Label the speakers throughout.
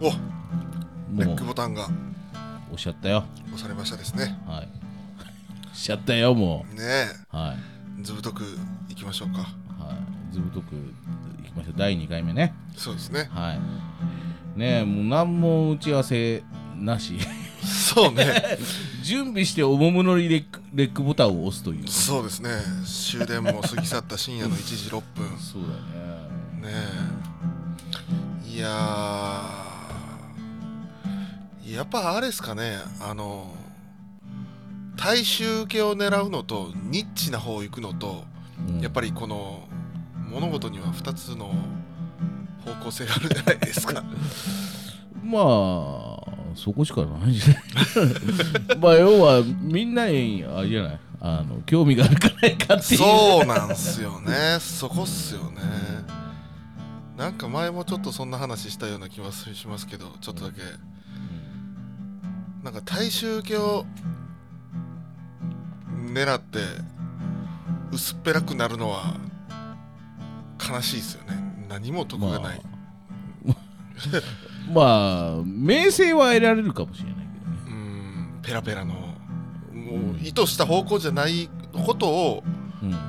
Speaker 1: おレ
Speaker 2: も
Speaker 1: ッ
Speaker 2: う
Speaker 1: クボタンが
Speaker 2: おっしゃったよ
Speaker 1: 押されましたですね
Speaker 2: はいおっしゃったよも
Speaker 1: ね
Speaker 2: うはい
Speaker 1: えずぶとくいきましょうか
Speaker 2: はいずぶとくいきました第2回目ね
Speaker 1: そうですね
Speaker 2: はいねえもう何も打ち合わせなし
Speaker 1: そう ね
Speaker 2: 準備しておもむろにレックレックボタンを押すという
Speaker 1: そうですね終電も過ぎ去った深夜の1時6分
Speaker 2: そうだね
Speaker 1: ねえいやーやっぱあれですかねあの大衆系を狙うのとニッチな方行くのと
Speaker 2: うん
Speaker 1: やっぱりこの物事には2つの方向性があるじゃないですか
Speaker 2: まあそこしかないん じゃないまあ要はみんなにあれじゃないあの興味があるかないかっていう
Speaker 1: そうなんすよねそこっすよねなんか前もちょっとそんな話したような気はしますけどちょっとだけ
Speaker 2: うん
Speaker 1: なんか大衆受けを狙って薄っぺらくなるのは悲しいですよね何も得がない、
Speaker 2: まあ名声は得られるかもしれないけどね
Speaker 1: うーんペラペラのも
Speaker 2: う
Speaker 1: うん意図した方向じゃないことを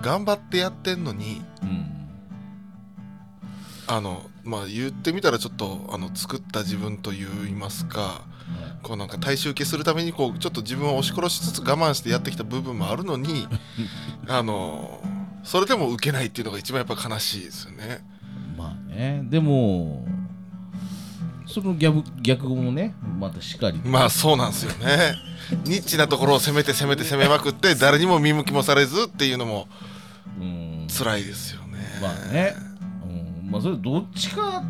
Speaker 1: 頑張ってやってんのに
Speaker 2: うん、
Speaker 1: あのまあ言ってみたらちょっとあの作った自分といいますかこうなんか大衆受けするためにこうちょっと自分を押し殺しつつ我慢してやってきた部分もあるの にあのそれでも受けないっていうのが一番やっぱ悲しいですよね。
Speaker 2: うんまあねでもその逆逆語もねまたしかり
Speaker 1: まあそうなんですよね。ニッチなところを攻めて攻めて攻めまくって誰にも見向きもされずっていうのも
Speaker 2: うん
Speaker 1: 辛いですよね。
Speaker 2: まあね、うん、まあそれどっちか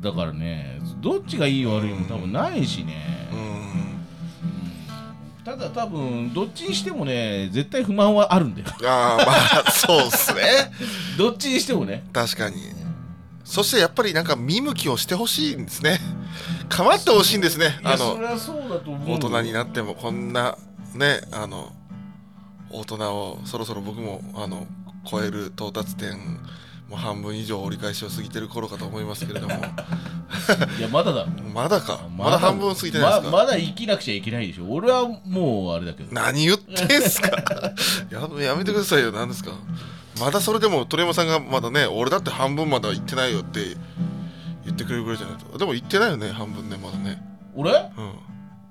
Speaker 2: だからねどっちがいい悪いも多分ないしね、
Speaker 1: うん。
Speaker 2: ただ多分どっちにしてもね絶対不満はあるんだよ
Speaker 1: ああまあそうっすね。
Speaker 2: どっちにしてもね
Speaker 1: 確かに。そしてやっぱりなんか見向きをしてほしいんですね。構ってほしいんですね。
Speaker 2: い
Speaker 1: あ
Speaker 2: やそ
Speaker 1: の
Speaker 2: りゃそうだと思う
Speaker 1: 大人に
Speaker 2: っ
Speaker 1: なってもこんなねあの大人をそろそろ僕もあの超える到達点もう半分以上折り返しを過ぎてる頃かと思いますけれども
Speaker 2: いやまだだろ
Speaker 1: まだかまだ半分過ぎてないですか、
Speaker 2: ままだ生きなくちゃいけないでしょ俺はもうあれだけど
Speaker 1: 何言ってんすか ややめてくださいよ何ですかまだそれでも鳥山さんがまだね俺だって半分まだ行ってないよって言ってくれるぐらいじゃないとでも行ってないよね半分ねまだね
Speaker 2: 俺
Speaker 1: うんい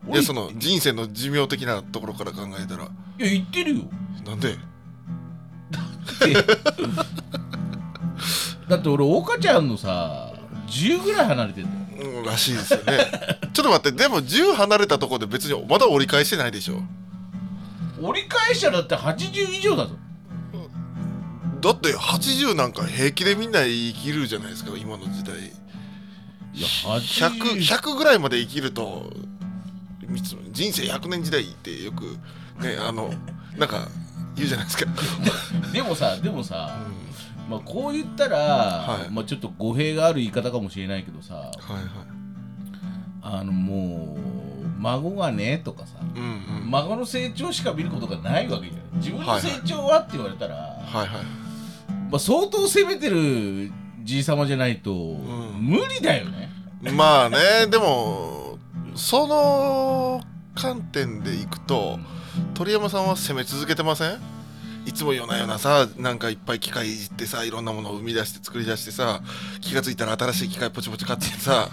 Speaker 2: 俺
Speaker 1: やその人生の寿命的なところから考えたら
Speaker 2: いや言ってるよ
Speaker 1: なんで
Speaker 2: だってだって俺岡ちゃんのさ10ぐらい離れてんだよ
Speaker 1: うんらしいですよね ちょっと待ってでも10離れたところで別にまだ折り返してないでしょ
Speaker 2: 折り返したらだって80以上だぞ
Speaker 1: だって80なんか平気でみんな生きるじゃないですか今の時代
Speaker 2: いや80
Speaker 1: 100, 100ぐらいまで生きるとみつ人生100年時代ってよくねあのなんか言うじゃないですか、
Speaker 2: でもさでもさ、
Speaker 1: うん
Speaker 2: まあ、こう言ったら、
Speaker 1: い
Speaker 2: まあ、ちょっと語弊がある言い方かもしれないけどさ
Speaker 1: はいはい
Speaker 2: あのもう孫がねとかさ
Speaker 1: うんうん、
Speaker 2: 孫の成長しか見ることがないわけじゃない自分
Speaker 1: は
Speaker 2: の
Speaker 1: いはい
Speaker 2: 成長はって言われたら、
Speaker 1: はいはい
Speaker 2: まあ、相当責めてるじいさまじゃないと、無理だよね
Speaker 1: まあねでもその観点でいくと鳥山さんは攻め続けてませんいつも夜な夜なさなんかいっぱい機械いじってさいろんなものを生み出して作り出してさ気がついたら新しい機械ポチポチ買ってさ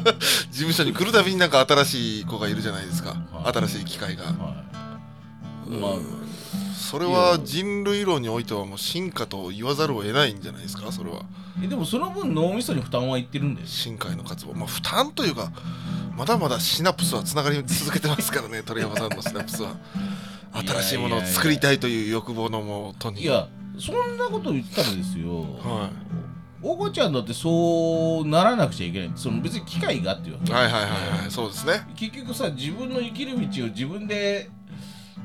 Speaker 1: 事務所に来るたびになんか新しい子がいるじゃないですか
Speaker 2: はい
Speaker 1: 新しい機械が
Speaker 2: はいまあ
Speaker 1: それは人類論においてはもう進化と言わざるを得ないんじゃないですかそれは
Speaker 2: えでもその分脳みそに負担はいってるんだよ
Speaker 1: 深海の活動まあ負担というかまだまだシナプスはつながり続けてますからね鳥山さんのシナプスは新しいものを作りたいという欲望のもとに
Speaker 2: いやそんなこと言ったらですよ、
Speaker 1: は
Speaker 2: お子ちゃんだってそうならなくちゃいけないその別に機会があっていうわ
Speaker 1: い、
Speaker 2: け
Speaker 1: はいはいはいはいそうですね
Speaker 2: 結局さ自分の生きる道を自分で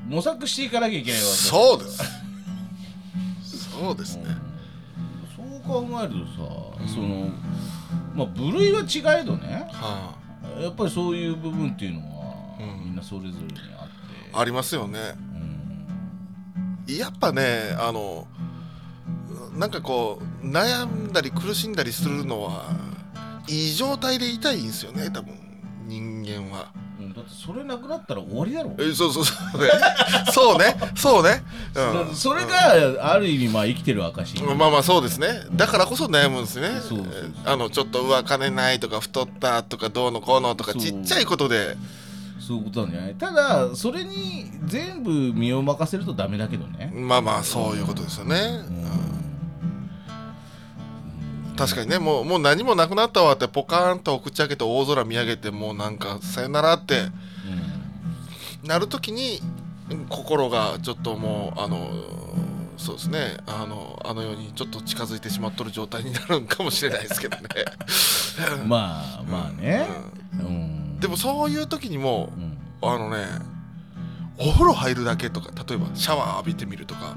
Speaker 2: 模索していかなきゃいけないわけだ
Speaker 1: そうですそうですね
Speaker 2: うんそう考えるとさ、そのまあ部類は違えどね
Speaker 1: は
Speaker 2: やっぱりそういう部分っていうのは、
Speaker 1: うん
Speaker 2: みんなそれぞれにあって
Speaker 1: あありますよね
Speaker 2: うん
Speaker 1: やっぱねあのなんかこう悩んだり苦しんだりするのはいい状態でいたいんですよね多分人間は
Speaker 2: うんだってそれなくなったら終わりだろ
Speaker 1: えそうそうそう ねそうねそうね、うん
Speaker 2: それがある意味まあ生きてる証
Speaker 1: うんまあまあそうですねだからこそ悩むんですね
Speaker 2: そうそうそう
Speaker 1: あのちょっとうわ金ないとか太ったとかどうのこうのとか
Speaker 2: そう
Speaker 1: ちっちゃいことで
Speaker 2: そういうことなんじゃないただそれに全部身を任せるとダメだけどね
Speaker 1: まあまあそういうことですよね、確かにねもうもう何もなくなったわってポカーンと口開けて大空見上げてもうなんかさよならってなるときに心がちょっともうあのそうですねあのあのようにちょっと近づいてしまっとる状態になるんかもしれないですけどね
Speaker 2: うん まあまあねうん
Speaker 1: でもそういう時にも
Speaker 2: うん
Speaker 1: あのねお風呂入るだけとか例えばシャワー浴びてみるとか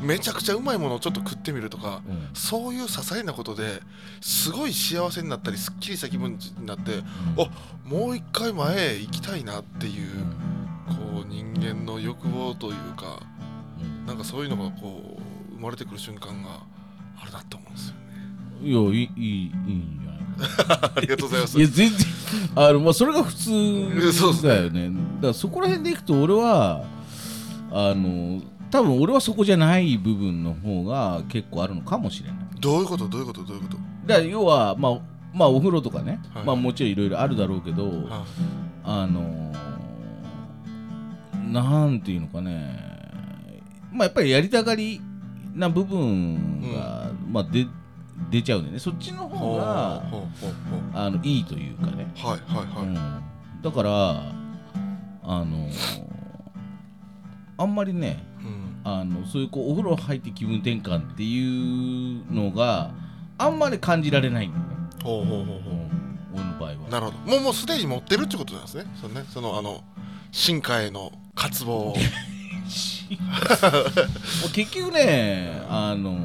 Speaker 2: う、ん
Speaker 1: めちゃくちゃうまいものをちょっと食ってみるとか、
Speaker 2: うん
Speaker 1: そういう些細なことですごい幸せになったりすっきりした気分になって
Speaker 2: うん
Speaker 1: あもう一回前へ行きたいなっていう、こう人間の欲望というか
Speaker 2: うん
Speaker 1: なんかそういうのがこう生まれてくる瞬間があるなと思うんです よね。
Speaker 2: いやいいいいいいんじゃない
Speaker 1: ありがとうございます
Speaker 2: いや全然あのまあそれが普
Speaker 1: やそうっ
Speaker 2: 通
Speaker 1: す
Speaker 2: だよねだからそこら辺でいくと俺はあの多分俺はそこじゃない部分の方が結構あるのかもしれない
Speaker 1: どういうことどういうことどういうこと
Speaker 2: だから要はまあまあお風呂とかね、
Speaker 1: はい
Speaker 2: まあもちろんいろいろあるだろうけど、
Speaker 1: あ
Speaker 2: あのなんていうのかねまあやっぱりやりたがりな部分が、まあで出ちゃうんでねそっちの方
Speaker 1: ほう
Speaker 2: が
Speaker 1: ほうほうほう
Speaker 2: あのいいというかね
Speaker 1: はいはいはい。
Speaker 2: うん、だからあのあんまりね
Speaker 1: うん
Speaker 2: あのそういうこうお風呂入って気分転換っていうのがあんまり感じられないんだよね、
Speaker 1: ほうほうほうほ
Speaker 2: うん、俺の場合は
Speaker 1: う。なるほど。もうもうすでに持ってるってことなんですね。そのねそのあの進化への渇望 を。
Speaker 2: もう結局ねあの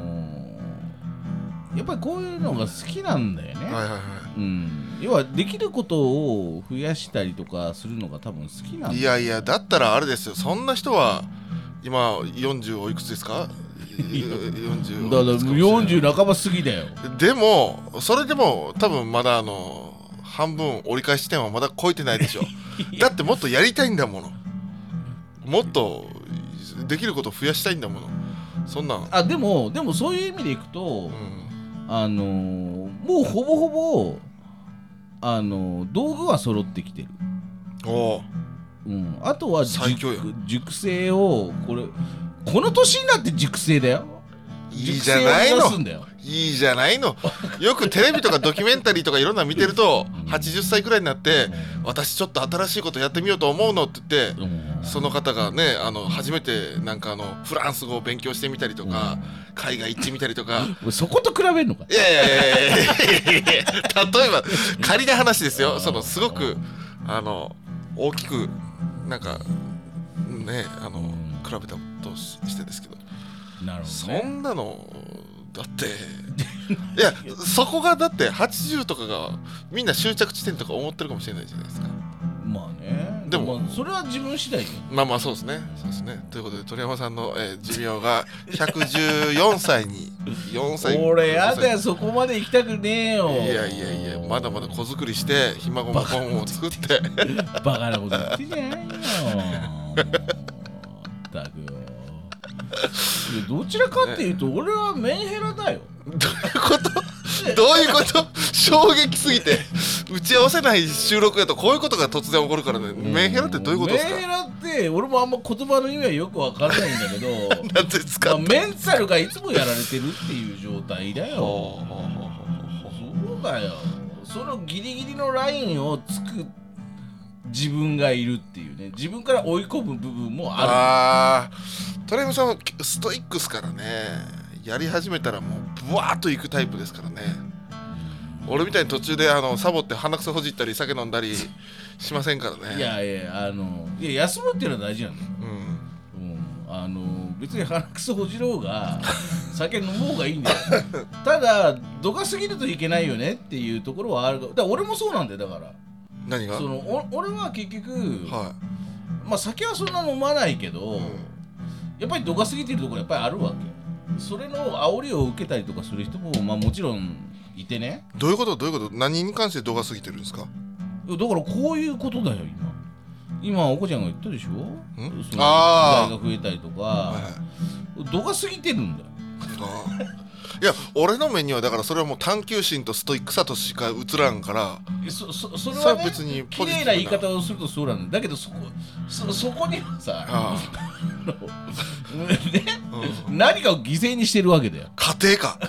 Speaker 2: やっぱりこういうのが好きなんだよね、
Speaker 1: はいはいは
Speaker 2: うん、要はできることを増やしたりとかするのが多分好きなんだ
Speaker 1: い。い
Speaker 2: よ
Speaker 1: やいやだったらあれですよ。そんな人は今40おいくつですか？
Speaker 2: いや
Speaker 1: 40
Speaker 2: だから
Speaker 1: おいくつかもしれない
Speaker 2: 40半ば過ぎだよ
Speaker 1: でもそれでも多分まだあの半分折り返し地点はまだ超えてない でしょだってもっとやりたいんだものもっとできることを増やしたいんだものそんなん、
Speaker 2: あでもでもそういう意味でいく
Speaker 1: う
Speaker 2: と、
Speaker 1: ん、
Speaker 2: あのーもうほぼほぼあのー道具は揃ってきてる、
Speaker 1: おう
Speaker 2: うん、あとは
Speaker 1: 最強や
Speaker 2: 熟熟成をこれこの年になって熟成だよ
Speaker 1: いいじゃないの
Speaker 2: 熟成を目指すんだよ
Speaker 1: いいじゃないのよくテレビとかドキュメンタリーとかいろんなの見てると80歳くらいになって私ちょっと新しいことやってみようと思うのって言って
Speaker 2: うん
Speaker 1: その方がねあの初めてなんかあのフランス語を勉強してみたりとか海外行ってみたりとか
Speaker 2: 俺そこと比べるのか
Speaker 1: いやいやいやいやいやいや例えば仮な話ですよそのすごくあの大きくなんかねあの
Speaker 2: うん
Speaker 1: 比べたとししてですけど
Speaker 2: なるほど
Speaker 1: そ
Speaker 2: ね
Speaker 1: んなのだ っていやそこがだって80とかがみんな終着地点とか思ってるかもしれないじゃないですか
Speaker 2: まあね
Speaker 1: でも
Speaker 2: まあそれは自分次第よ
Speaker 1: まあまあそうですねそうですねということで鳥山さんの、えー寿命が114歳 に4歳
Speaker 2: 俺や
Speaker 1: 5歳
Speaker 2: だよそこまで行きたくねえよ
Speaker 1: いやいやいやまだまだ子作りしてひ孫も本を作 って
Speaker 2: バカなこと言ってんじゃないよ。まったくよ。いやどちらかっていうと、俺はメンヘラだよ。
Speaker 1: どういうこと衝撃すぎて打ち合わせない収録やとこういうことが突然起こるからねメンヘラってどういうことですか
Speaker 2: メンヘラって、俺もあんま言葉の意味はよくわからないんだけど、
Speaker 1: なんてです
Speaker 2: ま
Speaker 1: か
Speaker 2: あ、メンタルがいつもやられてるっていう状態だよ。そうだよ。そのギリギリのラインをつく自分がいるっていうね、自分から追い込む部分もある。
Speaker 1: あー鳥山さんはストイックスからねやり始めたらもうブワーッといくタイプですからね俺みたいに途中であのサボって鼻くそほじったり酒飲んだりしませんからね
Speaker 2: いやいや、あの、いや、休むっていうのは大事なんだよ。
Speaker 1: うん
Speaker 2: うん、あの別に鼻くそほじろう が酒飲もうがいいんだよただ度が過ぎるといけないよねっていうところはあるがだから俺もそうなんだよだから
Speaker 1: 何が
Speaker 2: そのお俺は結局、
Speaker 1: は
Speaker 2: まあ、酒はそんな飲まないけど、
Speaker 1: い、
Speaker 2: やっぱり度が過ぎてるところやっぱりあるわけそれの煽りを受けたりとかする人も、まあ、もちろんいてね
Speaker 1: どういうことどういうこと何に関して動画過ぎてるんですか
Speaker 2: だからこういうことだよ今今お子ちゃんが言ったでしょ
Speaker 1: ん
Speaker 2: その
Speaker 1: あ
Speaker 2: 機
Speaker 1: ー
Speaker 2: 会が増えたりとか、
Speaker 1: はいはい
Speaker 2: 度が過ぎてるんだよ
Speaker 1: あ ーいや俺の目にはだからそれはもう探求心とストイックさとしか映らんから
Speaker 2: えそそそれ
Speaker 1: それ
Speaker 2: は、
Speaker 1: は
Speaker 2: ね、
Speaker 1: 別にポ
Speaker 2: 綺
Speaker 1: ジティブな
Speaker 2: 麗な言い方をするとそうなんだだけどそこそそこにはさ
Speaker 1: あ
Speaker 2: あのね
Speaker 1: ー、うん
Speaker 2: 何かを犠牲にしてるわけだよ、
Speaker 1: 家庭か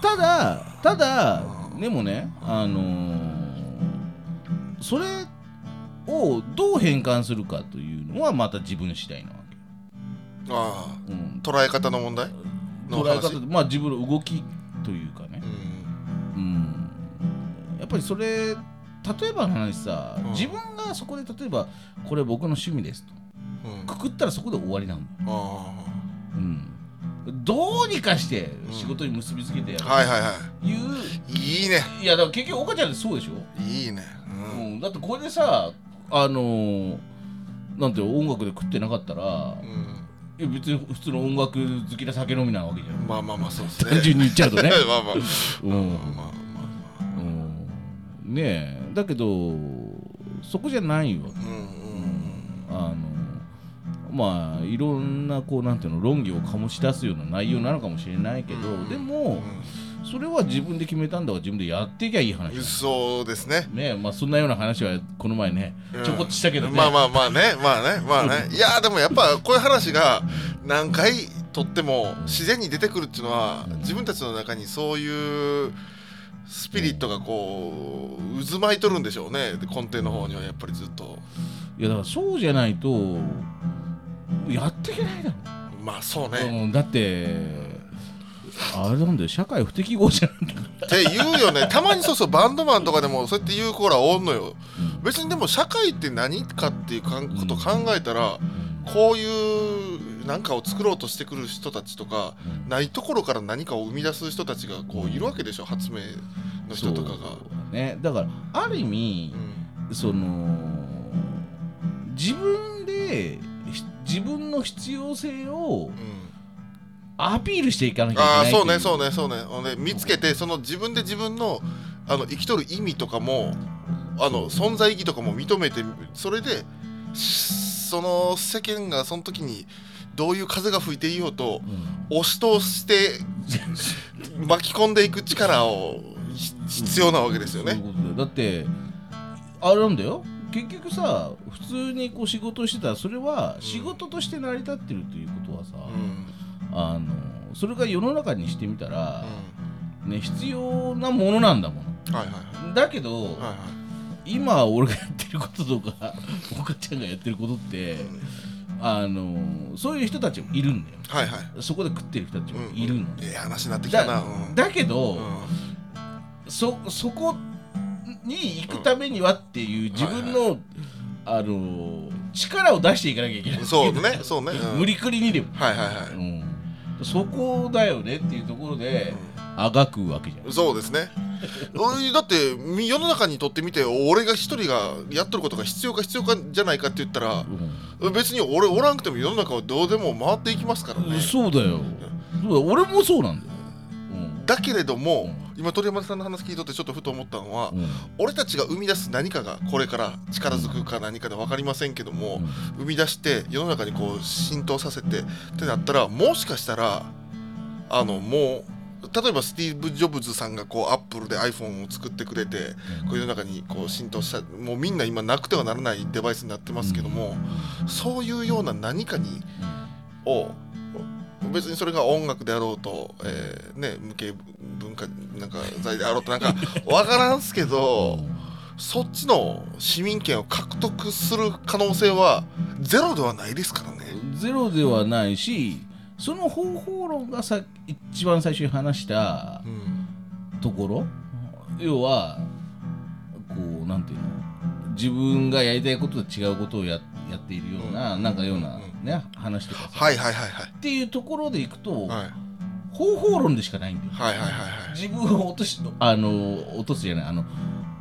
Speaker 2: ただただでもねあのーそれをどう変換するかというのはまた自分次第なわ
Speaker 1: あ
Speaker 2: け、うん
Speaker 1: ー、捉え方の問題の
Speaker 2: 捉え
Speaker 1: 話
Speaker 2: 方まあ自分の動きというかね
Speaker 1: うん
Speaker 2: うんやっぱりそれ例えばの話さ、
Speaker 1: うん
Speaker 2: 自分がそこで例えばこれ僕の趣味ですと
Speaker 1: うん
Speaker 2: くくったらそこで終わりなんだよ、
Speaker 1: あ
Speaker 2: うん、どうにかして仕事に結びつけてやる
Speaker 1: ーはいはいは
Speaker 2: という、
Speaker 1: いいいね
Speaker 2: いやだから結局岡ちゃんってそうでしょ、
Speaker 1: いいね
Speaker 2: うんだってこれでさあのーなんていうの音楽で食ってなかったら
Speaker 1: うん、う
Speaker 2: いや別に普通の音楽好きな酒飲みなわけじゃん
Speaker 1: ん、まあまあまあそうですね
Speaker 2: 単純に言っちゃうと ね
Speaker 1: まあまあ
Speaker 2: うん
Speaker 1: まあまあま
Speaker 2: うんねえだけどそこじゃないわ
Speaker 1: あうんうん
Speaker 2: あのまあいろんなこうなんていうの論議を醸し出すような内容なのかもしれないけど、
Speaker 1: うん
Speaker 2: で
Speaker 1: う
Speaker 2: も
Speaker 1: ん
Speaker 2: それは自分で決めたんだから自分でやっていきゃいい話だ
Speaker 1: そうですね。
Speaker 2: ねえまあそんなような話はこの前ね
Speaker 1: うん
Speaker 2: ちょこっとしたけどね、
Speaker 1: まあまあまあね、まあね、まあね。いやーでもやっぱこういう話が何回とっても自然に出てくるっていうのは
Speaker 2: うん
Speaker 1: 自分たちの中にそういうスピリットがこう渦巻いとるんでしょうね。で根底の方にはやっぱりずっと。
Speaker 2: いやだからそうじゃないとやっていけないだろ
Speaker 1: まあそうね。
Speaker 2: うん、だってあれなんだよ社会不適合じゃないんだから
Speaker 1: って言うよね。たまにそうそうバンドマンとかでもそうやって言う子らおんのよ。別にでも社会って何かっていうかんことを考えたらこういうなんかを作ろうとしてくる人たちとか
Speaker 2: うん
Speaker 1: ないところから何かを生み出す人たちがこういるわけでしょ発明の人とかが。
Speaker 2: そうねだからある意味
Speaker 1: う、ん
Speaker 2: その自分でひ自分の必要性
Speaker 1: う
Speaker 2: を
Speaker 1: ん
Speaker 2: アピールしていかなきゃいけ
Speaker 1: あ
Speaker 2: な
Speaker 1: あ
Speaker 2: い
Speaker 1: そうね
Speaker 2: ってい
Speaker 1: そうねそうねほんで見つけてその自分で自分のあの生きとる意味とかもあの存在意義とかも認めてそれでしその世間がその時にどういう風が吹いていようと
Speaker 2: うん
Speaker 1: 押し通 して巻き込んでいく力をひ必要なわけですよ
Speaker 2: そういう
Speaker 1: ね。
Speaker 2: ことだよだってあれなんだよ結局さ普通にこう仕事をしてたらそれは仕事として成り立ってるということはさ、
Speaker 1: うん
Speaker 2: あのそれが世の中にしてみたら、
Speaker 1: う
Speaker 2: ね、必要なものなんだもん
Speaker 1: んはいはいはい
Speaker 2: だけど、
Speaker 1: はいはい
Speaker 2: 今俺がやってることとか お母ちゃんがやってることってあのそういう人たちもいるんだよ
Speaker 1: はいはい。
Speaker 2: そこで食ってる人たちもいるの、
Speaker 1: うんええ話になってきたな。
Speaker 2: だ
Speaker 1: うん
Speaker 2: だけど、
Speaker 1: う
Speaker 2: そそこに行くためにはっていう自分の、あの力を出していかなきゃいけない
Speaker 1: んそうね、そうね。うん
Speaker 2: 無理くりにでも、
Speaker 1: はいはいは
Speaker 2: うんそこだよねっていうところで
Speaker 1: い
Speaker 2: あがくわけじゃん
Speaker 1: うん。そうですね。おいだってみ世の中にとってみて俺が一人がやっとることが必要か必要かじゃないかって言ったら別に俺おらんくても世の中はどうでも回っていきますから
Speaker 2: う
Speaker 1: ね
Speaker 2: ん、。そうだよそうだ俺もそうなんだよ、うん
Speaker 1: だけれども今鳥山さんの話聞いとってちょっとふと思ったのは
Speaker 2: うん
Speaker 1: 俺たちが生み出す何かがこれから力づくか何かで分かりませんけども、生み出して世の中にこう浸透させてってなったらもしかしたらあのもう例えばスティーブ・ジョブズさんがこうアップルで iPhone を作ってくれてこう世の中にこう浸透したもうみんな今なくてはならないデバイスになってますけども、そういうような何かにを別にそれが音楽であろうと、えーね、無形文化なんか財であろうとなんか分からんすけど。そっちの市民権を獲得する可能性はゼロではないですからね。
Speaker 2: ゼロではないしその方法論がさ一番最初に話した
Speaker 1: うん、
Speaker 2: ところ要はこうなんていうの自分がやりたいことと違うことをややっているような、
Speaker 1: うん
Speaker 2: なんかような
Speaker 1: う
Speaker 2: ね、話とかさ
Speaker 1: はいはいはいはい。
Speaker 2: っていうところでいくと、
Speaker 1: はい
Speaker 2: 方法論でしかないんだよ
Speaker 1: はいはいはいはい。
Speaker 2: 自分を落としあの落とすじゃないあの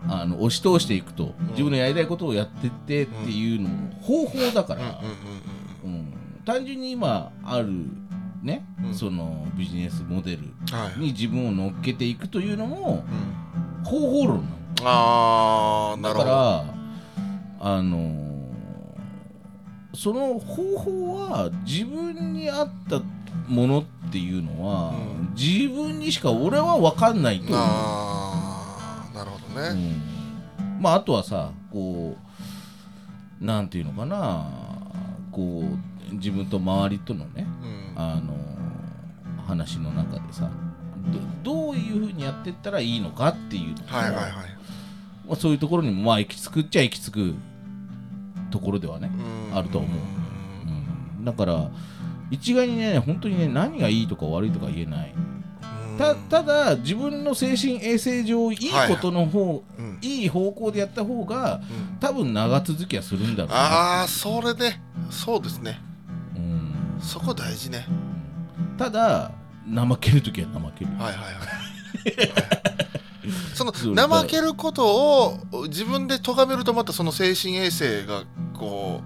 Speaker 2: あの押し通していくと、
Speaker 1: ん
Speaker 2: 自分のやりたいことをやってってっていうのも方法だか
Speaker 1: うんうん
Speaker 2: ら、
Speaker 1: うん
Speaker 2: うん単純に今あるね、
Speaker 1: うん
Speaker 2: そのビジネスモデル
Speaker 1: はい、
Speaker 2: に自分を乗っけていくというのも
Speaker 1: うん、
Speaker 2: 方法論なの。
Speaker 1: ああな
Speaker 2: だ
Speaker 1: る
Speaker 2: か
Speaker 1: ほど
Speaker 2: らあのーその方法は自分に合ったものっていうのは、
Speaker 1: うん
Speaker 2: 自分にしか俺は分かんないと思う
Speaker 1: あーなるほどね、
Speaker 2: うんまああとはさこうなんていうのかなこう自分と周りとのね
Speaker 1: うん
Speaker 2: あの話の中でさどどういうふうにやってったらいいのかっていうのも
Speaker 1: はいはいはい
Speaker 2: まあ、そういうところにもまあ行き着くっちゃ行き着くところではね、
Speaker 1: うん
Speaker 2: あると思ううん、だから一概にね本当にね何がいいとか悪いとか言えない
Speaker 1: うん
Speaker 2: たただ自分の精神衛生上いいことの方、
Speaker 1: うん
Speaker 2: い、い方向でやった方
Speaker 1: う
Speaker 2: が
Speaker 1: ん
Speaker 2: 多分長続きはするんだろうな
Speaker 1: ああそれでそうですね
Speaker 2: うん、
Speaker 1: そこ大事ね
Speaker 2: ただ怠ける時は怠ける、
Speaker 1: はいはいはいその
Speaker 2: そうだから
Speaker 1: 怠けることを自分で咎めるとまたその精神衛生がこう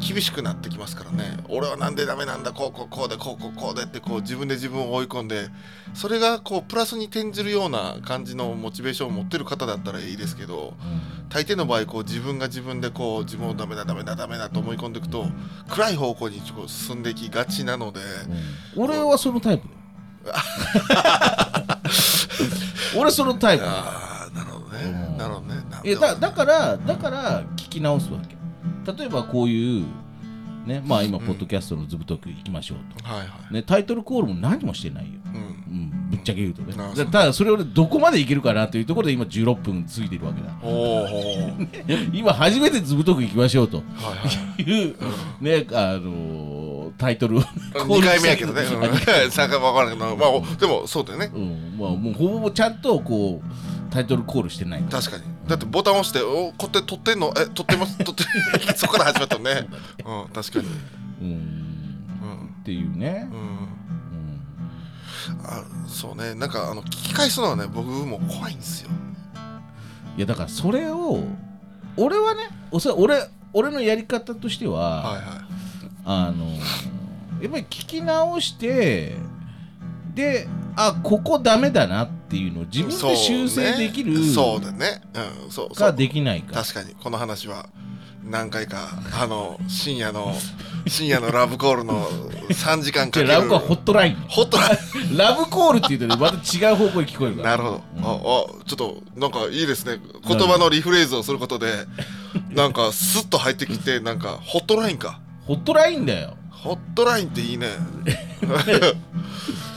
Speaker 1: 厳しくなってきますからね俺はなんでダメなんだこうこうこうでこうこうこうでってこう自分で自分を追い込んでそれがこうプラスに転じるような感じのモチベーションを持ってる方だったらいいですけど
Speaker 2: うん
Speaker 1: 大抵の場合こう自分が自分でこう自分をダメだダメだダメだと思い込んでいくと暗い方向にこう進んでいきがちなので
Speaker 2: うん俺はそのタイ プ俺そのタイプ
Speaker 1: ああなるほど
Speaker 2: う
Speaker 1: ね
Speaker 2: ん
Speaker 1: なるほどねなん
Speaker 2: え
Speaker 1: で
Speaker 2: だだからだから聞き直すわけ例えばこういうねまあ今
Speaker 1: うん
Speaker 2: ポッドキャストのズブトーク行きましょう
Speaker 1: はいはい。
Speaker 2: と、ね、タイトルコールも何もしてないよ、
Speaker 1: うん
Speaker 2: う。ん、ぶっちゃけ言うとね
Speaker 1: なるほど
Speaker 2: だただそれをどこまでいけるかなというところで今16分過ぎてるわけだ
Speaker 1: おお。はい
Speaker 2: 今初めてズブトーク行きましょうと
Speaker 1: はい。
Speaker 2: いうねあのータイトルを
Speaker 1: 二回目やけどね。
Speaker 2: コールして
Speaker 1: うん三回もわからんけど、まあおでもそうだよね。
Speaker 2: うんまあもうほぼほぼちゃんとこうタイトルコールしてない
Speaker 1: 確かに。だってボタン押しておこって撮ってんのえ撮って ます撮って そこから始まったのね。うん確かに。
Speaker 2: う
Speaker 1: う
Speaker 2: ん
Speaker 1: ん
Speaker 2: っていうね
Speaker 1: う、ん。
Speaker 2: うん、
Speaker 1: あそうねなんかあの聞き返すのはね僕も怖いんですよ。
Speaker 2: いやだからそれを俺はねおそ俺俺のやり方としては、
Speaker 1: はいはい。
Speaker 2: あのやっぱり聞き直してであここダメだなっていうのを自分で修正できる
Speaker 1: そうねそうだね。うんそうそ
Speaker 2: か
Speaker 1: う。
Speaker 2: できないか
Speaker 1: 確かにこの話は何回かあの深夜の深夜のラブコール の3時間かけ
Speaker 2: じゃ
Speaker 1: る
Speaker 2: あラブコールホットライン
Speaker 1: ホットライン
Speaker 2: ラブコールって言うとねまた違う方向に聞こえるから
Speaker 1: なるほど、
Speaker 2: うん
Speaker 1: ああちょっとなんかいいですね言葉のリフレーズをすることでなんかスッと入ってきてなんかホットラインか
Speaker 2: ホットラインだよ
Speaker 1: ホットラインってい いね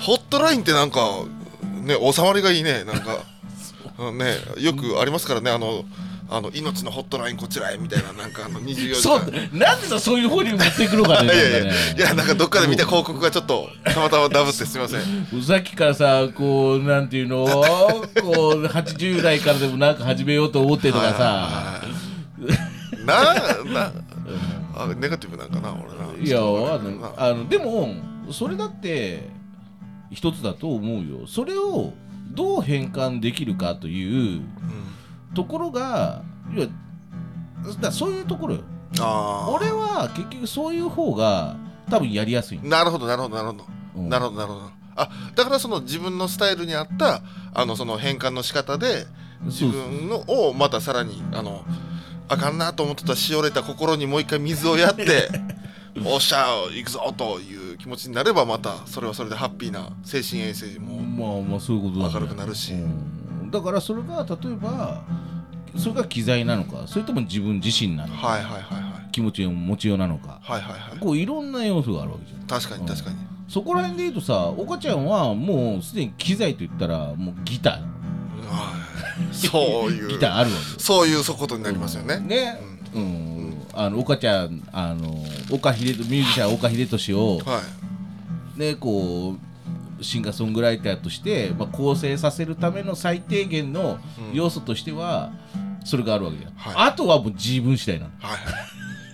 Speaker 1: ホットラインってなんかね収まりがいいねなんかうんねよくありますからねあのあの命のホットラインこちらへみたいななんかあの24時
Speaker 2: そう
Speaker 1: 間
Speaker 2: なんでさそういう方に持っていくのか
Speaker 1: い
Speaker 2: ね
Speaker 1: やいやい
Speaker 2: なんかね
Speaker 1: やいやなんかどっかで見た広告がちょっとたまたまダブってすみません
Speaker 2: さっきからさこうなんていうのこう80代からでもなんか始めようと思ってとかさ
Speaker 1: はいはいはいななあネガティブなんかな俺ない
Speaker 2: いやあ
Speaker 1: なんか
Speaker 2: のあのでもそれだって一つだと思うよそれをどう変換できるかという
Speaker 1: うん
Speaker 2: ところがいやだからそういうところよ
Speaker 1: あ
Speaker 2: 俺は結局そういう方が多分やりやすいんだ、
Speaker 1: なるほどなるほどなるほど、
Speaker 2: うん
Speaker 1: なるほどなるほどあだからその自分のスタイルに合ったあのその変換の仕方で自
Speaker 2: そうそう
Speaker 1: 分のをまたさらにあのあかんなと思ってたしおれた心にもう一回水をやって おっしゃ行くぞという気持ちになればまたそれはそれでハッピーな精神衛生も
Speaker 2: まあまあそういうことだ、ね、
Speaker 1: 明るくなるし
Speaker 2: うんだからそれが例えばそれが機材なのかそれとも自分自身なのか
Speaker 1: はいはいはいはい
Speaker 2: 気持ちを持ちようなのか
Speaker 1: はいはいはい
Speaker 2: こういろんな要素があるわけじゃん
Speaker 1: 確かに確かに、
Speaker 2: そこら辺で言うとさ岡ちゃんはもうすでに機材と言ったらもうギタ
Speaker 1: はいそう
Speaker 2: ー
Speaker 1: い
Speaker 2: ギ
Speaker 1: う
Speaker 2: ターあるわけ
Speaker 1: そういうそういうことになりますよ
Speaker 2: よ
Speaker 1: ね、
Speaker 2: ねうん、あの岡ちゃんあの岡秀ミュージシャン岡秀俊を
Speaker 1: はい
Speaker 2: ねこうシンガーソングライターとして、まあ、構成させるための最低限の要素としては、それがあるわけじゃん、
Speaker 1: はい
Speaker 2: あとはもう自分次第なの
Speaker 1: はいはい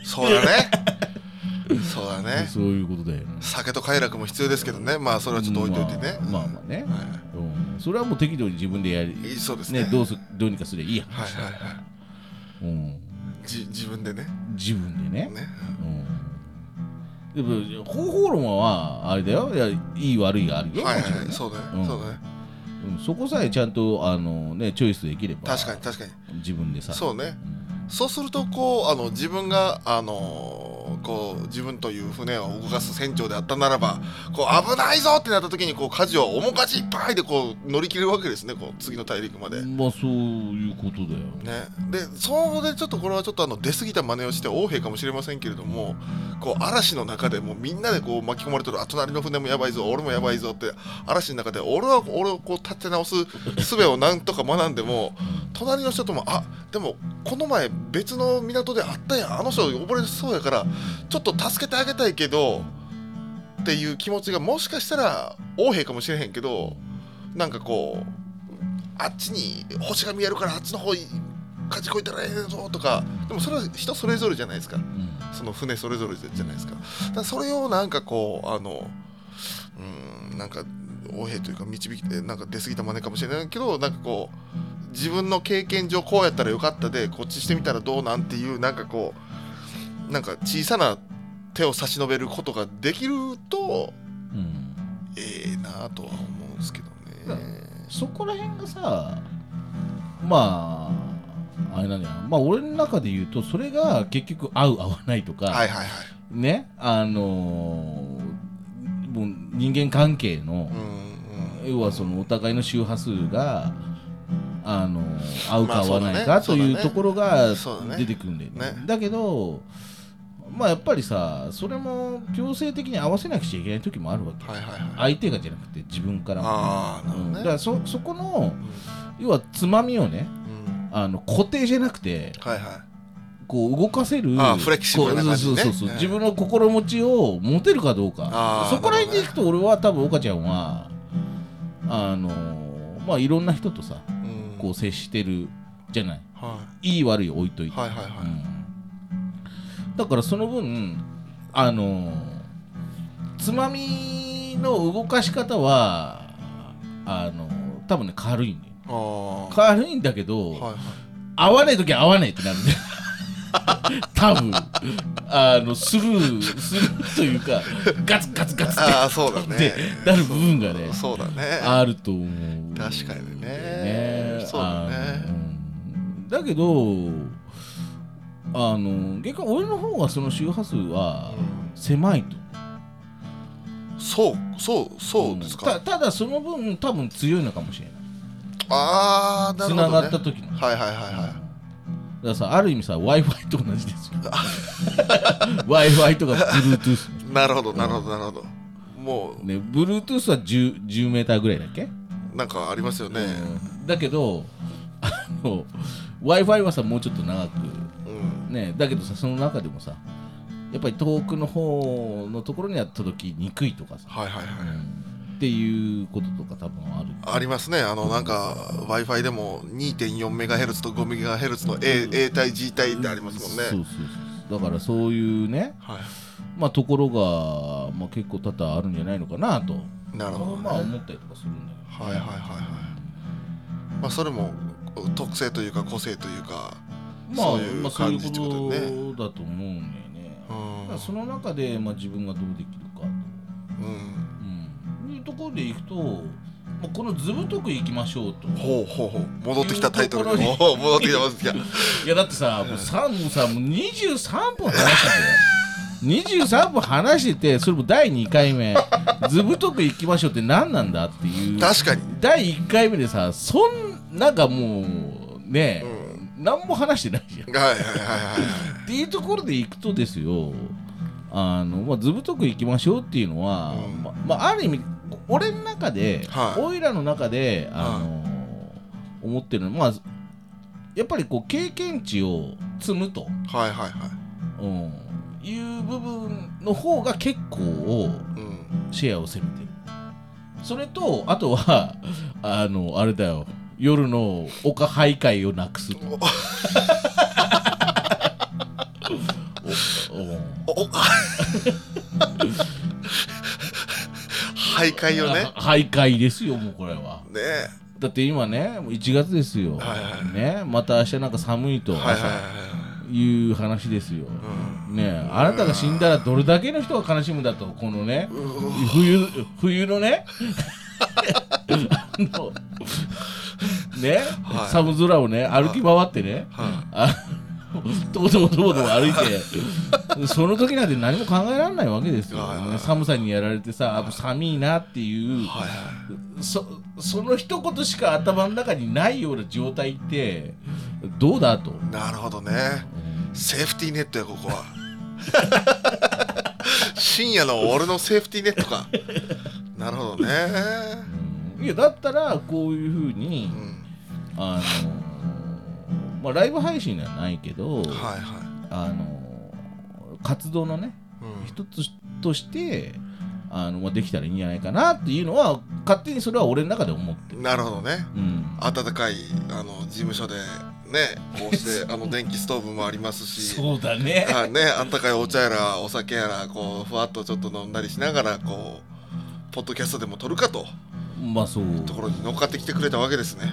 Speaker 1: そうだねそうだね
Speaker 2: そういうことだよね
Speaker 1: 酒と快楽も必要ですけどねまあそれはちょっと置いといてね、
Speaker 2: まあ、まあまあ
Speaker 1: は
Speaker 2: ね、うん、それはもう適度に自分でやり
Speaker 1: い、そうですね
Speaker 2: ねどうすどうにかすればいいや、
Speaker 1: はいはいは
Speaker 2: うん、
Speaker 1: いじ自分でね
Speaker 2: 自分でね
Speaker 1: ね
Speaker 2: うんでも方法論はあれだよいやいい悪いがあるよ、
Speaker 1: はい
Speaker 2: もちろん
Speaker 1: はい
Speaker 2: ね
Speaker 1: そうだね、
Speaker 2: うん
Speaker 1: そうだね
Speaker 2: うんそこさえちゃんとあの、ね、チョイスできれば
Speaker 1: 確かに確かに
Speaker 2: 自分でさ
Speaker 1: そうねそうするとこうあの自分があのーこう自分という船を動かす船長であったならばこう危ないぞってなった時にこう舵を面舵いっぱいでこう乗り切れるわけですねこう次の大陸まで。ね、
Speaker 2: まあそういうことだよ
Speaker 1: でそうでちょっとこれはちょっとあの出過ぎた真似をして横兵かもしれませんけれどもこう嵐の中でもうみんなでこう巻き込まれてるあ隣の船もやばいぞ俺もやばいぞって嵐の中で俺は俺をこう立て直す術をなんとか学んでも隣の人とも「あでもこの前別の港であったやんあの人溺れそうやからちょっと助けてあげたいけど」っていう気持ちがもしかしたら横兵かもしれへんけどなんかこうあっちに星が見えるからあっちの方に勝ちこいたらええぞとかでもそれは人それぞれじゃないですか
Speaker 2: うん
Speaker 1: その船それぞれじゃないですかだからそれをなんかこうあのうーんなんか横兵というか導きてなんか出過ぎた真似かもしれないけどなんかこう自分の経験上こうやったらよかったでこっちしてみたらどうなんていうなんかこうなんか小さな手を差し伸べることができると
Speaker 2: うん
Speaker 1: ええなとは思うんですけどね。
Speaker 2: そこら辺がさまああれなんだよまあ俺の中で言うとそれが結局合う合わないとか、
Speaker 1: はいはいはい。
Speaker 2: ねあのーもう人間関係の
Speaker 1: うん、うん
Speaker 2: 要はそのお互いの周波数があの合う
Speaker 1: ま
Speaker 2: か
Speaker 1: あ
Speaker 2: 合わない
Speaker 1: そうだ
Speaker 2: か
Speaker 1: ね
Speaker 2: と
Speaker 1: そう
Speaker 2: い
Speaker 1: だ
Speaker 2: う
Speaker 1: ね
Speaker 2: ところが
Speaker 1: そうだね
Speaker 2: 出てくるんだよね
Speaker 1: ね
Speaker 2: だけどまあやっぱりさそれも強制的に合わせなくちゃいけない時もあるわけ
Speaker 1: はいはいはい。
Speaker 2: 相手がじゃなくて自分からも
Speaker 1: ああ、なる
Speaker 2: うん
Speaker 1: ほど
Speaker 2: だ
Speaker 1: ね。
Speaker 2: からそそこの要はつまみをね
Speaker 1: うん
Speaker 2: あの固定じゃなくて
Speaker 1: はいはい。
Speaker 2: こう動かせる
Speaker 1: あーフレキシブルな感じね
Speaker 2: こうそうそうそう、
Speaker 1: うん
Speaker 2: 自分の心持ちを持てるかどうか
Speaker 1: あー
Speaker 2: そこら辺でいくと俺は多分岡ちゃんはあのーまあいろんな人とさ
Speaker 1: うん
Speaker 2: こう接してるじゃない
Speaker 1: はい
Speaker 2: い悪い置いとい
Speaker 1: い
Speaker 2: て、
Speaker 1: はいはいはい。
Speaker 2: うんだからその分あのーつまみの動かし方はあのー多分ね軽いんだよ
Speaker 1: ああ。
Speaker 2: 軽いんだけど、
Speaker 1: はいはい。
Speaker 2: 合わない時は合わないってなるんだよ 多分あのスルースルーというかガツガツガツっ
Speaker 1: ああ、そう だ
Speaker 2: て
Speaker 1: ね。
Speaker 2: なる部分がね
Speaker 1: そうだね。
Speaker 2: あると思う
Speaker 1: 確かにねそうだ
Speaker 2: だ
Speaker 1: ね
Speaker 2: だけどあの結局俺の方がその周波数は
Speaker 1: うん
Speaker 2: 狭いと
Speaker 1: そう、そう、そうですか。
Speaker 2: たただその分多分強いのかもしれない
Speaker 1: ああ、なるほど、
Speaker 2: つな
Speaker 1: ね。
Speaker 2: がった時の
Speaker 1: はいはいはい
Speaker 2: だ
Speaker 1: は
Speaker 2: か
Speaker 1: い。
Speaker 2: らさある意味さ w i f i と同じ ですよ w i f i とか Bluetooth ね
Speaker 1: なるほど、なるほど、なるほど。も
Speaker 2: ね Bluetooth は 10, 10メーターぐらいだっけ、
Speaker 1: う、なんかありますよね。
Speaker 2: だけどあの w i f i はさもうちょっと長く
Speaker 1: うん。
Speaker 2: ねだけどさその中でもさやっぱり遠くの方のところには届きにくいとかさ、
Speaker 1: はいはいはい。
Speaker 2: うんっていうこととか多分ある
Speaker 1: ありますね、あのなんか w i f i でも 2.4MHz と 5MHz の A, A 対 G 対ってありますもんね。
Speaker 2: そうそうそうだからそういうね、
Speaker 1: はい、
Speaker 2: まあ、ところが、まあ、結構多々あるんじゃないのかなと、
Speaker 1: なるほど、ね。
Speaker 2: まあ
Speaker 1: はい
Speaker 2: 思ったりとかするんだ
Speaker 1: はいはいはい。まあそれも特性というか個性というか。
Speaker 2: けどまあ
Speaker 1: そういう
Speaker 2: まあそうい
Speaker 1: 感
Speaker 2: う
Speaker 1: じってことだよね
Speaker 2: ことだと思うんだよね、
Speaker 1: うん
Speaker 2: まあその中で、まあ、自分がどうできるかと、
Speaker 1: うん、
Speaker 2: うん、いうところでいくと、まあ、この「ずぶとくいきましょうと」
Speaker 1: ほうほうほう戻ってきたタイトル
Speaker 2: い
Speaker 1: に
Speaker 2: うと
Speaker 1: ほう 戻ってきた戻ってきた
Speaker 2: いやだってさもうさもうさもう23分話したんだよ23分話しててそれも第2回目「ずぶとくいきましょう」って何なんだっていう
Speaker 1: 確かに
Speaker 2: 第1回目でさそんなんかもうね、何も話してないじゃん
Speaker 1: はいはいはいはい
Speaker 2: っていうところでいくとですよあの、まあ、ずぶとくいきましょうっていうのは、
Speaker 1: うん
Speaker 2: ままあ、ある意味俺の中で、
Speaker 1: はい
Speaker 2: おいらの中で、あの思ってるのは、まあ、やっぱりこう経験値を積むと、
Speaker 1: はいはいはいはい
Speaker 2: うん、いう部分の方が結構
Speaker 1: うん
Speaker 2: シェアを占めてるそれとあとは あのあれだよ夜の丘徘徊をなくす
Speaker 1: お
Speaker 2: おお
Speaker 1: お徘徊をね
Speaker 2: あ徘徊ですよもうこれは
Speaker 1: ねえ
Speaker 2: だって今ねもう1月ですよ、
Speaker 1: はいはい
Speaker 2: ねまた明日なんか寒いと、
Speaker 1: はいはい
Speaker 2: 朝いう話ですよ。ねえあなたが死んだらどれだけの人が悲しむんだとこのね冬冬のね あのね、
Speaker 1: はい
Speaker 2: 寒空をね歩き回ってね
Speaker 1: は
Speaker 2: あとぼとぼとぼとぼ歩いてその時なんて何も考えられないわけですよ、
Speaker 1: はいはいはい
Speaker 2: 寒さにやられてさあ寒いなっていう
Speaker 1: い、はい
Speaker 2: そその一言しか頭の中にないような状態ってどうだと。
Speaker 1: なるほどねセーフティーネットやここ は深夜の俺のセーフティーネットかなるほどね
Speaker 2: いやだったらこういうふうに
Speaker 1: うん
Speaker 2: あのまあライブ配信ではないけど、
Speaker 1: はいは
Speaker 2: あの活動の
Speaker 1: い、
Speaker 2: ね
Speaker 1: うん、
Speaker 2: 一つとしてあの、まあ、できたらいいんじゃないかなっていうのは勝手にそれは俺の中で思ってる、
Speaker 1: なるほどね
Speaker 2: うん、
Speaker 1: 暖かいあの事務所でねこうしてあの電気ストーブもありますし
Speaker 2: そうだね
Speaker 1: あねあったかいお茶やらお酒やらこうふわっとちょっと飲んだりしながらこうポッドキャストでも撮るかと
Speaker 2: まあそう
Speaker 1: ところに乗っかってきてくれたわけです ね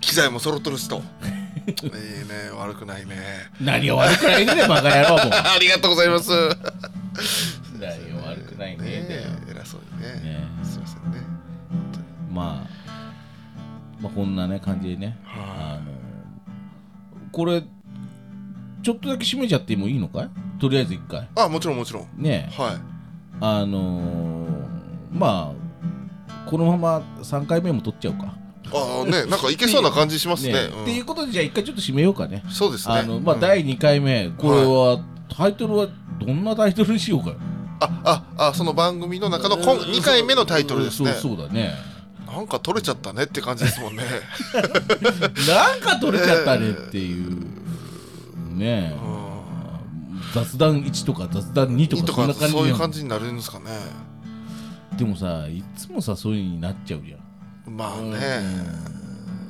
Speaker 1: 機材も揃っとる しといいね悪くないね
Speaker 2: 何が悪くないねバカ野郎も
Speaker 1: ありがとうございます
Speaker 2: 何が悪くないね
Speaker 1: ね
Speaker 2: だよ
Speaker 1: え偉そうにね
Speaker 2: ね
Speaker 1: すいませんね
Speaker 2: まあ、まあこんなね感じでね
Speaker 1: は
Speaker 2: あのこれちょっとだけ締めちゃってもいいのかいとりあえず一回
Speaker 1: ああもちろんもちろん
Speaker 2: ねえ
Speaker 1: はい
Speaker 2: あのー、まあこのまま3回目も取っちゃうか
Speaker 1: ああねなんかいけそうな感じしますね
Speaker 2: ねえっていうことでじゃあ一回ちょっと締めようかね
Speaker 1: うんそうですね
Speaker 2: あのまあ
Speaker 1: うん
Speaker 2: 第2回目、これはタイトルはどんなタイトルにしようかよ
Speaker 1: あああその番組の中の今2回目のタイトルですね
Speaker 2: そうそうだね
Speaker 1: なんか取れちゃったねって感じです もんね
Speaker 2: なんか取れちゃったねっていうねえ
Speaker 1: うん
Speaker 2: 雑談1とか雑談2と
Speaker 1: いい
Speaker 2: か
Speaker 1: と
Speaker 2: そ
Speaker 1: か
Speaker 2: んな感じ
Speaker 1: そういう
Speaker 2: やん
Speaker 1: 感じになるんですかね
Speaker 2: でもさいつもさそういうのになっちゃうじゃん
Speaker 1: まあね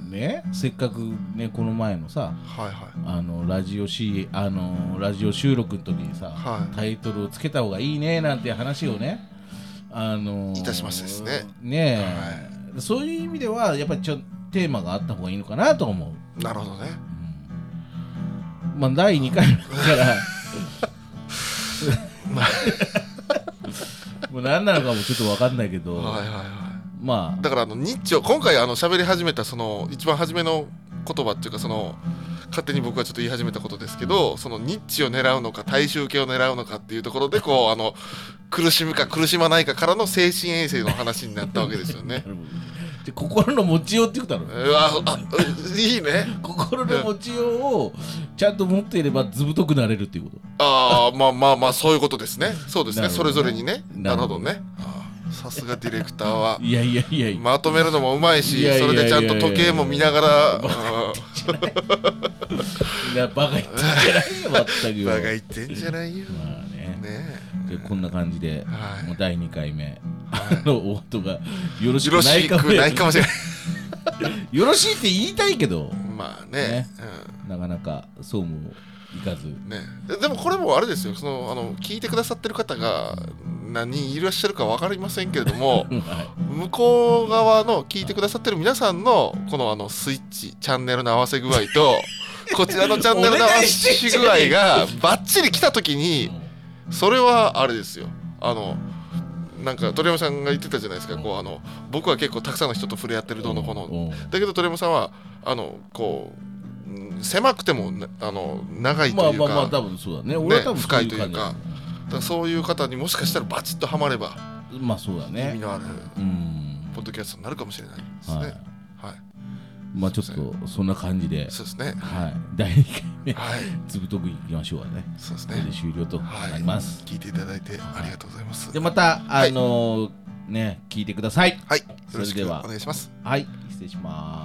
Speaker 2: ねせっかくねこの前のさ
Speaker 1: はいはい
Speaker 2: あのラジオ C あのラジオ収録の時にさ、
Speaker 1: はい
Speaker 2: タイトルをつけた方がいいねなんて話をねあの
Speaker 1: いたしましたですね
Speaker 2: ねえそういう意味ではやっぱりちょテーマがあった方がいいのかなと思う、
Speaker 1: なるほどね。
Speaker 2: うんまあ第2回だから
Speaker 1: ま
Speaker 2: もう何なのかもちょっと分かんないけど、
Speaker 1: あ、はいはいは
Speaker 2: ま
Speaker 1: い。
Speaker 2: あ
Speaker 1: だからあのニッチを今回あの喋り始めたその一番初めの言葉っていうかその勝手に僕がちょっと言い始めたことですけど、そのニッチを狙うのか大衆系を狙うのかっていうところでこうあの苦しむか苦しまないかからの精神衛生の話になったわけですよね。
Speaker 2: で心の持ちようって言ったの
Speaker 1: うわあういいね。
Speaker 2: 心の持ちようをちゃんと持っていればずぶとくなれるっていうこと
Speaker 1: ああまあまあまあそういうことですね。そうですね。
Speaker 2: なるほ
Speaker 1: そ
Speaker 2: どね
Speaker 1: れぞれにね。なる
Speaker 2: なる
Speaker 1: ほ
Speaker 2: ほ
Speaker 1: ど
Speaker 2: ど
Speaker 1: ね。ああさすがディレクターは。
Speaker 2: いやいやいやいや、
Speaker 1: まとめるのもうまいし
Speaker 2: いやいやい
Speaker 1: そ
Speaker 2: やい
Speaker 1: れ
Speaker 2: や
Speaker 1: でちゃんと時計も見ながら、うん
Speaker 2: いやバカ言ってんじゃないよ全くよ
Speaker 1: バカ言ってんじゃないよ。
Speaker 2: まあね
Speaker 1: ね
Speaker 2: でこんな感じで、
Speaker 1: はい
Speaker 2: もう第2回目、あのお後がよろ
Speaker 1: え。
Speaker 2: し
Speaker 1: よろ
Speaker 2: くな
Speaker 1: し
Speaker 2: いかも
Speaker 1: くないかもしれない。
Speaker 2: よろしいって言いたいけど
Speaker 1: まあね
Speaker 2: ねなかなかそうもいかず
Speaker 1: うん、ねえでもこれもあれですよそのあの聞いてくださってる方が何人いらっしゃるか分かりませんけれど も
Speaker 2: はい
Speaker 1: 向こう側の聞いてくださってる皆さんのこのあのスイッチチャンネルの合わせ具合と こちらのチャンネルの合わせ具合がバッチリ来た時に。それはあれですよあのなんか鳥山さんが言ってたじゃないですか、こうあの僕は結構たくさんの人と触れ合ってるどうのこうの、
Speaker 2: うん
Speaker 1: だけど鳥山さんはあのこううん狭くてもなあの長い
Speaker 2: ま
Speaker 1: と
Speaker 2: あ
Speaker 1: いうか,、
Speaker 2: まあまあ多分そうだね俺は多分そういう
Speaker 1: 深いとい
Speaker 2: 感
Speaker 1: う
Speaker 2: じ
Speaker 1: かだからそういう方にもしかしたらバチッとはまれば
Speaker 2: まあそうだ
Speaker 1: 意味
Speaker 2: ね
Speaker 1: のある
Speaker 2: うん
Speaker 1: ポッドキャストになるかもしれないですね。
Speaker 2: は
Speaker 1: はい
Speaker 2: いまあちょっとそんな感じで
Speaker 1: そうですね。
Speaker 2: はい第2回目
Speaker 1: はい、
Speaker 2: つぶとくいきましょうはね
Speaker 1: そうです
Speaker 2: これで
Speaker 1: ね。
Speaker 2: 終了と
Speaker 1: はい
Speaker 2: なります、
Speaker 1: 聞いていただいてありがとうございます。
Speaker 2: で
Speaker 1: は
Speaker 2: またあ
Speaker 1: い
Speaker 2: のーね聞いてください
Speaker 1: い、よろし
Speaker 2: それ
Speaker 1: く
Speaker 2: で
Speaker 1: お
Speaker 2: は
Speaker 1: 願いします。
Speaker 2: はい失礼します